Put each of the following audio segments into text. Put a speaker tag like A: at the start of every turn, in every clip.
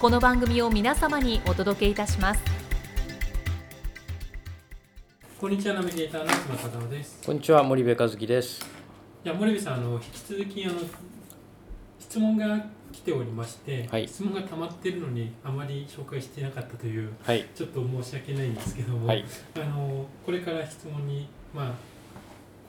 A: この番組を皆様にお届けいたします
B: こんにちはナビゲーターの妻風間です。
C: こんにちは森部和樹です。
B: いや森部さんあの引き続きあの質問が来ておりまして、
C: はい
B: 質問が溜まってるのにあまり紹介してなかったという
C: はい
B: ちょっと申し訳ないんですけども、
C: はい
B: あのこれから質問にまあ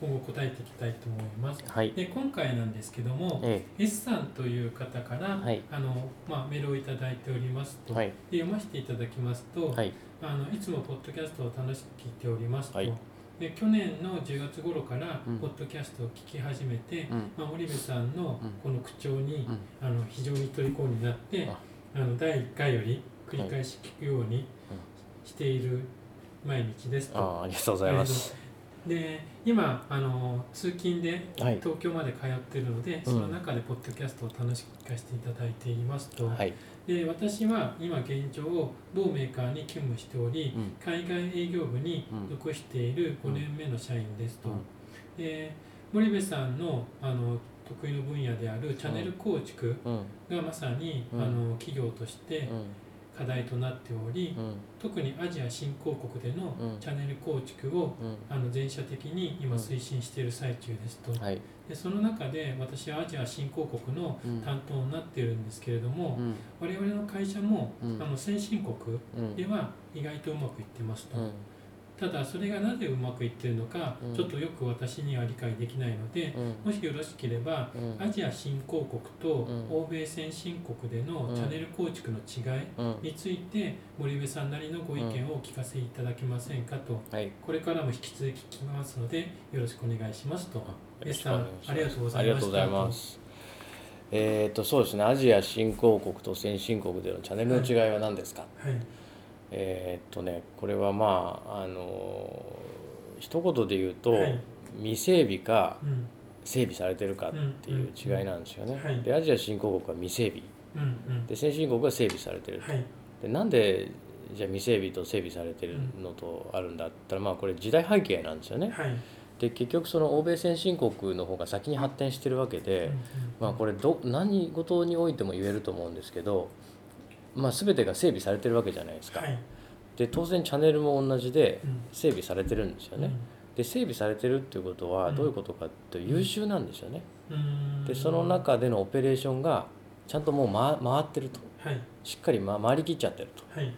B: 今後答えていきたいと思います。
C: はい
B: で今回なんですけども。
C: え
B: S さんという方から、
C: はい
B: あのまあ、メールをいただいております
C: え
B: と、
C: はい
B: で読ませていただきますと、
C: はい
B: あのいつもポッドキャストを楽しく聞いておりますと、
C: はい
B: で去年の10月頃から
C: うん
B: ポッドキャストを聞き始めて、
C: うん
B: まあ、森部さんの
C: うん
B: この口調に、
C: うん
B: あの非常に虜になって
C: あ
B: あの第1回より繰り返し聞くようにしている毎日です
C: あ
B: と。
C: ーありがとうございます。
B: で今あの通勤で
C: はい
B: 東京まで通ってるので、その中でポッドキャストを楽しく聞かせていただいていますと、
C: はい
B: で私は今現状某メーカーに勤務しており、
C: うん
B: 海外営業部に
C: うん
B: 属している5年目の社員ですと、
C: うん
B: で森部さんのあの得意の分野であるチャンネル構築
C: うん
B: がまさに、
C: うん
B: あの企業として
C: う
B: 課題となっており、
C: んうん
B: 特にアジア新興国での
C: うん
B: チャンネル構築を
C: う
B: あの全社的に今推進している最中ですと、
C: んはい
B: でその中で私はアジア新興国の
C: うん
B: 担当になっているんですけれども、
C: うん
B: 我々の会社も、
C: うん
B: あの先進国
C: うん
B: では意外とうまくいってますと、
C: うん
B: ただそれがなぜうまくいってるのか、
C: うん
B: ちょっとよく私には理解できないので、
C: うん
B: もしよろしければ
C: うん
B: アジア新興国と
C: うん
B: 欧米先進国で
C: う
B: の
C: ん
B: チャンネル構築の違い
C: うん
B: について森部さんなりのご意見をお聞かせいただけませんかと
C: はい
B: これからも引き続き聞きますのでよろしくお願いしますと。エスさんあ
C: あ
B: り
C: り
B: が
C: が
B: と
C: と
B: うご
C: うご
B: ざいました
C: ざいます。えっとそうですねアジア新興国と先進国でのチャンネルの違いは何ですか。
B: はい、
C: えっとねこれはまああのー一言で言うと
B: はい
C: 未整備か
B: うん
C: 整備されてるかっていう違いなんですよ
B: う
C: ね
B: んうんはい。
C: でアジア新興国は未整備。
B: うんうん
C: で先進国は整備されてる、
B: はい
C: でなんでじゃあ未整備と整備されてるのとあるんだったら、まあこれ時代背景なんですよね
B: はい
C: で結局その欧米先進国の方が先に発展してるわけで、
B: うんうん
C: まあこれど何事においても言えると思うんですけど、まあ、全てが整備されてるわけじゃないですか、
B: はい
C: で当然チャンネルも同じで
B: うん
C: 整備されてるんですよね、で整備されてるっていうことはどういうことかっていうと優秀なんですよね、
B: うん
C: でその中でのオペレーションがちゃんともう回回ってると
B: はい
C: しっかり、ま、回りきっちゃってると。
B: はい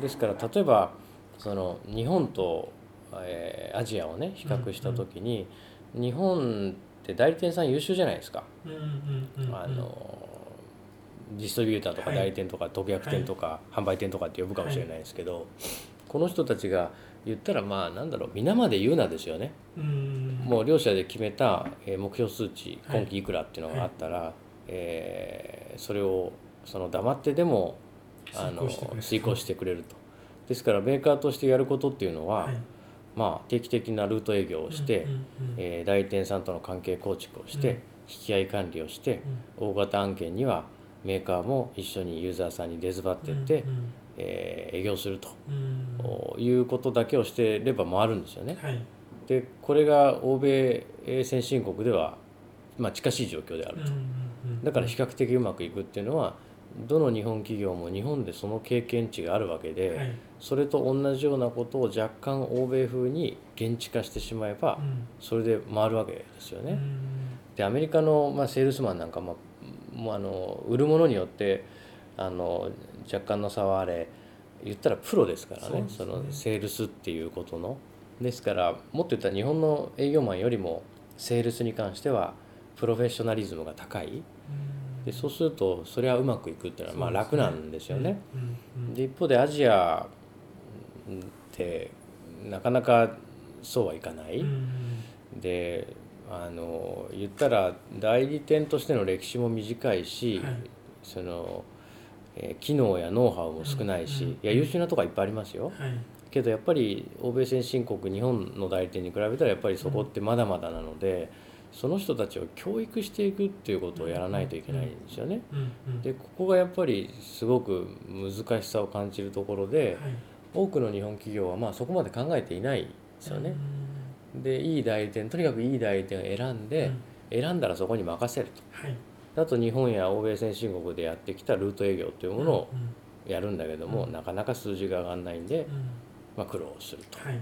C: ですから例えばその日本と、えーアジアをね比較した時に、日本って代理店さん優秀じゃないですか、
B: うんうんうんうん
C: あのディストリビューターとか
B: はい
C: 代理店とか特約店とか販売店とかって呼ぶかもしれないですけど、この人たちが言ったらまあなんだろう皆まで言うなですよね。
B: うん
C: もう両社で決めたえー目標数値
B: はい
C: 今期いくらっていうのがあったら、えーそれをその黙ってでもあの
B: 遂
C: 遂
B: 行
C: 行
B: し
C: しててくれるとですからメーカーとしてやることっていうのは、
B: はい
C: まあ、定期的なルート営業をして、
B: うんうんうん
C: えー代理店さんとの関係構築をして、
B: うん
C: 引き合い管理をして大型案件にはメーカーも一緒にユーザーさんに出ずばってって、
B: うん
C: えー営業すると、
B: うんうん
C: いうことだけをしてれば回るんですよね。
B: はい
C: でこれが欧米えー先進国では、まあ、近しい状況である
B: うんうんうん
C: だから比較的うまくいくっていうのはどの日本企業も日本でその経験値があるわけで、
B: はい
C: それと同じようなことを若干欧米風に現地化してしまえば
B: うん
C: それで回るわけですよ
B: う
C: ね。
B: ん
C: でアメリカの、まあ、セールスマンなんかも、もうあの売るものによってあの若干の差はあれ、言ったらプロですから
B: そう
C: ね
B: ですね
C: そのセールスっていうことのですからもっと言ったら日本の営業マンよりもセールスに関してはプロフェッショナリズムが高い
B: うん
C: でそうするとそれはうまくいくっていうのはまあ
B: そうです
C: 楽
B: ね
C: なんですよね。
B: うんうん
C: で一方でアジアってなかなかそうはいかない、
B: うん
C: であの言ったら代理店としての歴史も短いし、
B: はい
C: その、えー機能やノウハウも少ないし、
B: うん
C: いや優秀なとこはいっぱいありますよ
B: はい
C: けどやっぱり欧米先進国日本の代理店に比べたらやっぱりそこってまだまだなので、その人たちを教育していくっていうことをやらないといけないんですよね。
B: うんうん
C: でここがやっぱりすごく難しさを感じるところで
B: はい
C: 多くの日本企業はまあそこまで考えていないですよね。でいい代理店とにかくいい代理店を選ん
B: うん
C: で、
B: うん
C: 選んだらそこに任せる
B: はい
C: とあと日本や欧米先進国でやってきたルート営業というものを
B: うん
C: やるんだけども、
B: うん
C: なかなか数字が上がらないんで
B: う、ん
C: まあ、苦労する
B: はい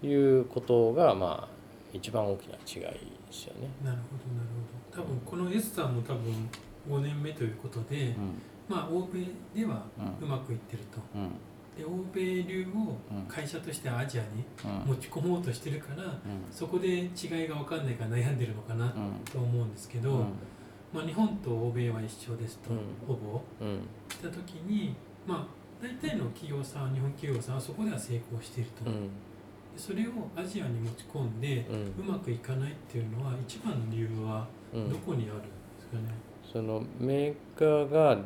C: ということがまあ一番大きな違いですよね。
B: なるほどなるほど多分この S さんも多分5年目ということでまあ欧米ではうまくいってるとで欧米流を会社としてアジアに持ち込もうとしてるからそこで違いが分かんないから悩んでるのかなと思うんですけど、まあ、日本と欧米は一緒ですと、
C: うん
B: ほぼ
C: うん
B: した時に、まあ、大体の企業さん日本企業さんはそこでは成功していると、
C: う
B: で
C: ん
B: それをアジアに持ち込んで
C: う、ん
B: うまくいかないっていうのは一番の理由は
C: う
B: ど
C: ん
B: こにあるんですかね、
C: そのメーカーが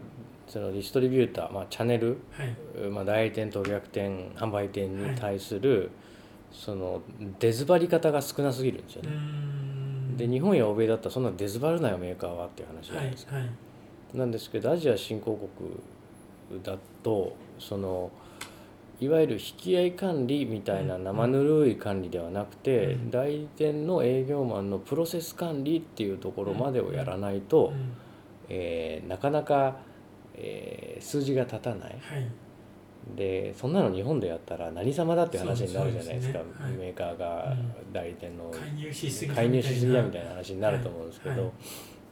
C: そのディストリビューター、まあ、チャンネル、
B: はい
C: まあ、代理店と逆転販売店に対する、その出ずばり方が少なすぎるんですよ
B: うー
C: ね。
B: ん
C: で日本や欧米だったらそんな出ずばるなよメーカーはっていう話
B: は
C: なん
B: い
C: です、
B: はい
C: なんですけどアジア新興国だとそのいわゆる引き合い管理みたいな
B: うん
C: 生ぬるい管理ではなくて、
B: うん
C: 代理店の営業マンのプロセス管理っていうところまでをやらないと、
B: うん
C: えーなかなか、えー数字が立たない
B: はい
C: でそんなの日本でやったら何様だって話になるじゃないですか
B: そうですねはい
C: メーカーが代理店の
B: 介入しすぎた
C: 介入しすぎだみ
B: い
C: たいな話になると思うんですけど、
B: はいは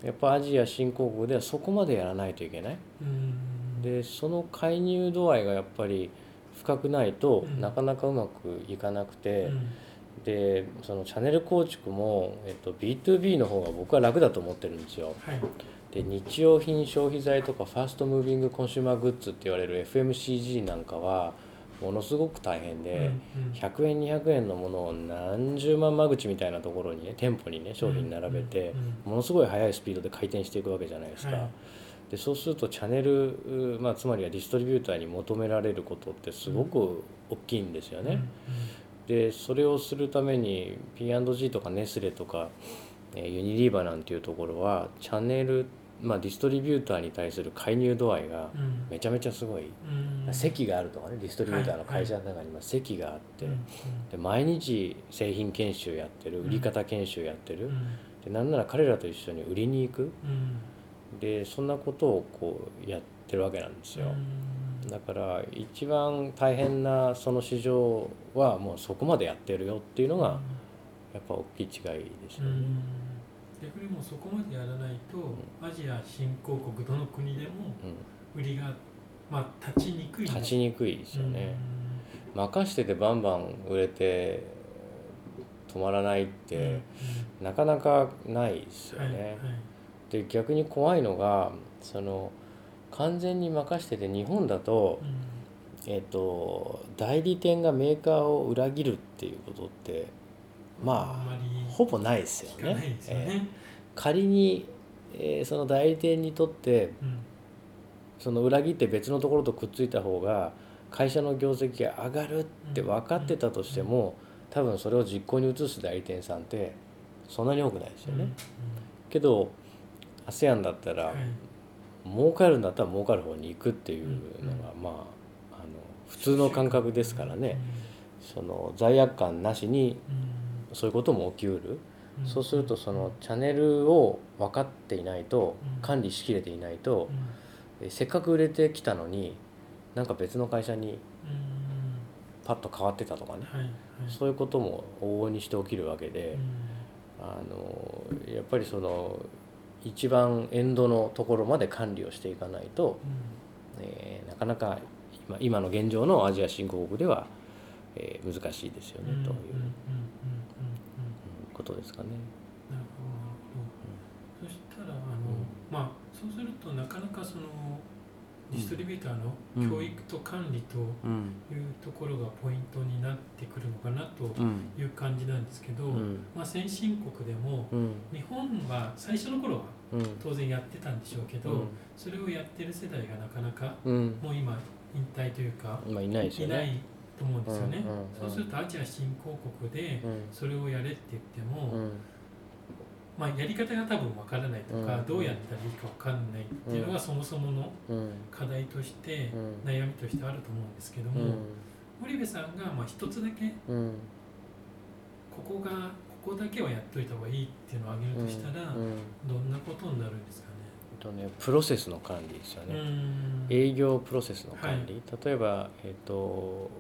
C: やっぱアジア新興国ではそこまでやらないといけない
B: なうーん
C: でその介入度合いがやっぱり深くない
B: う
C: と
B: ん
C: なかなかうまくいかなくて、
B: うん
C: でそのチャンネル構築も、えっと、B2B の方が僕は楽だと思ってるんですよ
B: はい
C: で日用品消費財とかファーストムービングコンシューマーグッズって言われる FMCG なんかはものすごく大変で、
B: うんうん
C: 100円200円のものを何十万間口みたいなところにね店舗にね商品並べて、
B: うんうん
C: ものすごい速いスピードで回転していくわけじゃないですか、
B: はい
C: でそうするとチャンネル、うまあ、つまりはディストリビューターに求められることってすごく大きいんですよね、でそれをするために P&G とかネスレとか、えーユニリーバなんていうところはチャンネル、まあ、ディストリビューターに対する介入度合いが
B: うんうん
C: めちゃめちゃすごい、
B: うんうん
C: 席があるとかねディストリビューターの会社の中にまあ席があって、で毎日製品研修やってる売り方研修やって
B: う
C: る、
B: んうん
C: でなんなら彼らと一緒に売りに行く
B: うん
C: でそんなことをこうやってるわけなんですよ、
B: うん
C: だから一番大変なその市場はもうそこまでやってるよっていうのがやっぱ大きい違いです
B: う
C: よね、
B: ん逆にもうそこまでやらないとアジア新興国どの国でも
C: う
B: 売りがまあ立ちにく
C: ん、
B: い
C: 立ちにくいですよね、任しててバンバン売れて止まらないっ
B: うん
C: て、なかなかないです
B: うん
C: よ
B: はい
C: ね、
B: はい
C: で逆に怖いのがその完全に任してて日本だと,、
B: うん
C: えっと代理店がメーカーを裏切るっていうことって
B: あん
C: ま
B: まり
C: あほぼないですよ
B: 聞かない
C: ね
B: で。すよ
C: えー
B: ね
C: 仮に、えーその代理店にとって
B: うん
C: その裏切って別のところとくっついた方が会社の業績が上がるって分かってたとしても多分それを実行に移す代理店さんってそんなに多くないですよね。けど ASEAN だった
B: うん
C: ら
B: はい
C: 儲かるんだったら儲かる方に行くっていうのが、
B: う
C: まああの普通の感覚ですからねその罪悪感なしに
B: うんうん
C: そういうことも起きうる、
B: ん
C: そうするとそのチャンネルを分かっていないと、
B: うん
C: 管理しきれていないと
B: う、ん
C: えせっかく売れてきたのになんか別の会社に
B: うん
C: パッと変わってたとかね、
B: はいはい
C: そういうことも往々にして起きるわけで。
B: うん
C: あのやっぱりその一番エンドのところまで管理をしていかないと、
B: うん
C: えーなかなかまあ、今の現状のアジア新興国では、えー難しいですよね、ということですかね。
B: なるほどなるほどそしたらあの、
C: ん
B: まあそうするとなかなかそのディストリビューターの
C: うん
B: 教育と管理と
C: うん
B: いうところがポイントになってくるのかなと
C: うん
B: いう感じなんですけど、
C: うん
B: まあ、先進国でも
C: うん
B: 日本は最初の頃は
C: うん
B: 当然やってたんでしょうけど、
C: うん
B: それをやってる世代がなかなか
C: うん
B: もう今引退というか
C: まあいないです
B: い
C: よ
B: な
C: ね。
B: いと思うんですよね、
C: うんうんうん
B: そうするとアジア新興国で
C: うん
B: それをやれって言っても、
C: うん
B: まあ、やり方が多分わからないとか、
C: うん
B: どうやったらいいかわかんないっていうのがそもそもの
C: うん
B: 課題として
C: うん
B: 悩みとしてあると思うんですけど
C: う
B: も、
C: ん
B: 森部さんがまあ一つだけ
C: うん
B: ここがここだけはやっといた方がいいっていうのを挙げるとしたら、
C: うん
B: どんなことになるんですかね。
C: えっとねプロセスの管理ですよ
B: う
C: ね。
B: ん
C: 営業プロセスの管理、例えばえっと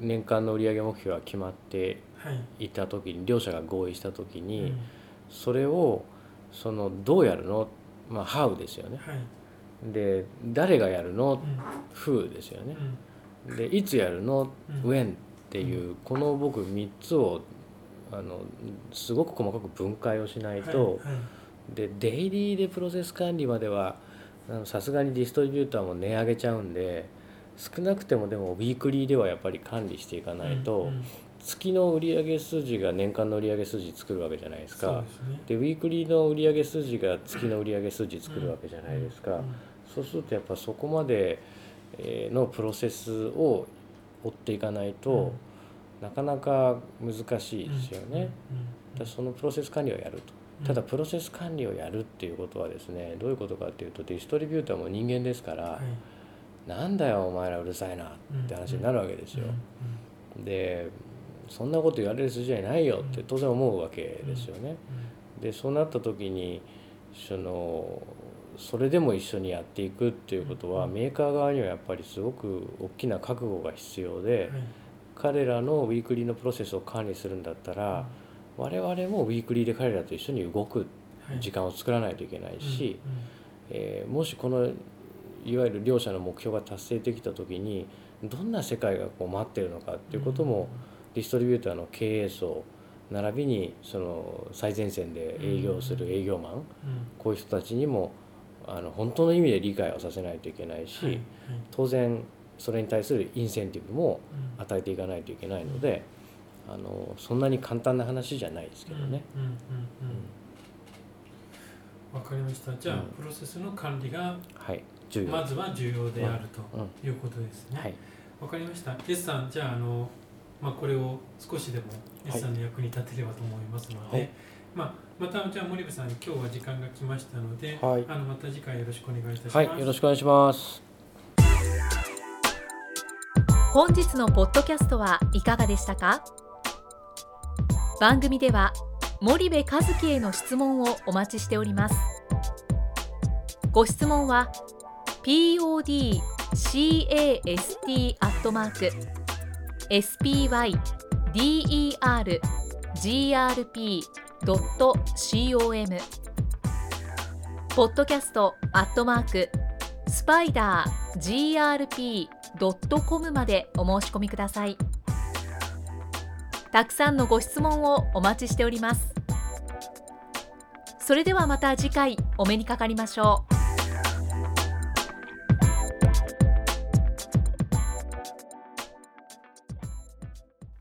C: 年間の売上目標が決まって
B: はい、
C: いた時に両者が合意した時
B: う
C: に、
B: ん
C: それをそのどうやるのまあ how ですよね
B: はい
C: で誰がやる
B: う
C: の
B: ん
C: who ですよ
B: う
C: ね
B: ん
C: でいつやるの
B: うん
C: when っていうこの僕3つをあのすごく細かく分解をしないと
B: はいはい
C: でデイリーでプロセス管理まではあのさすがにディストリビューターも値上げちゃうんで少なくてもでもウィークリーではやっぱり管理していかないと、
B: うんうん
C: 月の売上数字が年間の売上数字作るわけじゃないです
B: そう
C: か
B: ですね
C: でウィークリーの売上数字が月の売上数字作るわけじゃないですか、
B: うん
C: そうするとやっぱそこまでえーのプロセスを追っていかないと、なかなか難しいですよね。
B: うんうん
C: だからそのプロセス管理をやると
B: うん
C: ただプロセス管理をやるっていうことはですねどういうことかっていうとディストリビューターも人間ですから、
B: はい
C: なんだよお前らうるさいなって話になるわけですよ。
B: うんうん
C: でそんなこと言われる筋合いないよって当然思うわけですよね。でそうなった時にそのそれでも一緒にやっていくっていうことは
B: うん
C: メーカー側にはやっぱりすごく大きな覚悟が必要
B: うん
C: で
B: はい
C: 彼らのウィークリーのプロセスを管理するんだったら我々もウィークリーで彼らと一緒に動く
B: はい
C: 時間を作らないといけないし、
B: うんうん
C: えーもしこのいわゆる両者の目標が達成できた時にどんな世界がこう待ってるのかっていうことも、ディストリビューターの経営層並びにその最前線で営業する営業マン、
B: うんうん
C: こういう人たちにもあの本当の意味で理解をさせないといけないし、
B: はいはい
C: 当然それに対するインセンティブも
B: うん
C: 与えていかないといけないので、あのそんなに簡単な話じゃないですけどね。
B: うんうんうんうんわかりましたじゃあ、
C: うん
B: プロセスの管理が
C: はい、重要
B: まずは重要である
C: うんうん
B: ということですねわ、
C: はい、
B: かりました S さんじゃああの、まあ、これを少しでも S さんの役に立てればと思いますので、
C: はい
B: まあ、またじゃあ森部さんに今日は時間が来ましたので、
C: はい
B: あのまた次回よろしくお願いいたします。
C: はい、よろしくお願いします。
A: 本日のポッドキャストはいかがでしたか番組では森部和樹への質問をお待ちしておりますご質問は podcast アットマーク spydergrp.com ポッドキャストアットマークスパイダー grp.com までお申し込みくださいたくさんのご質問をお待ちしておりますそれではまた次回お目にかかりましょう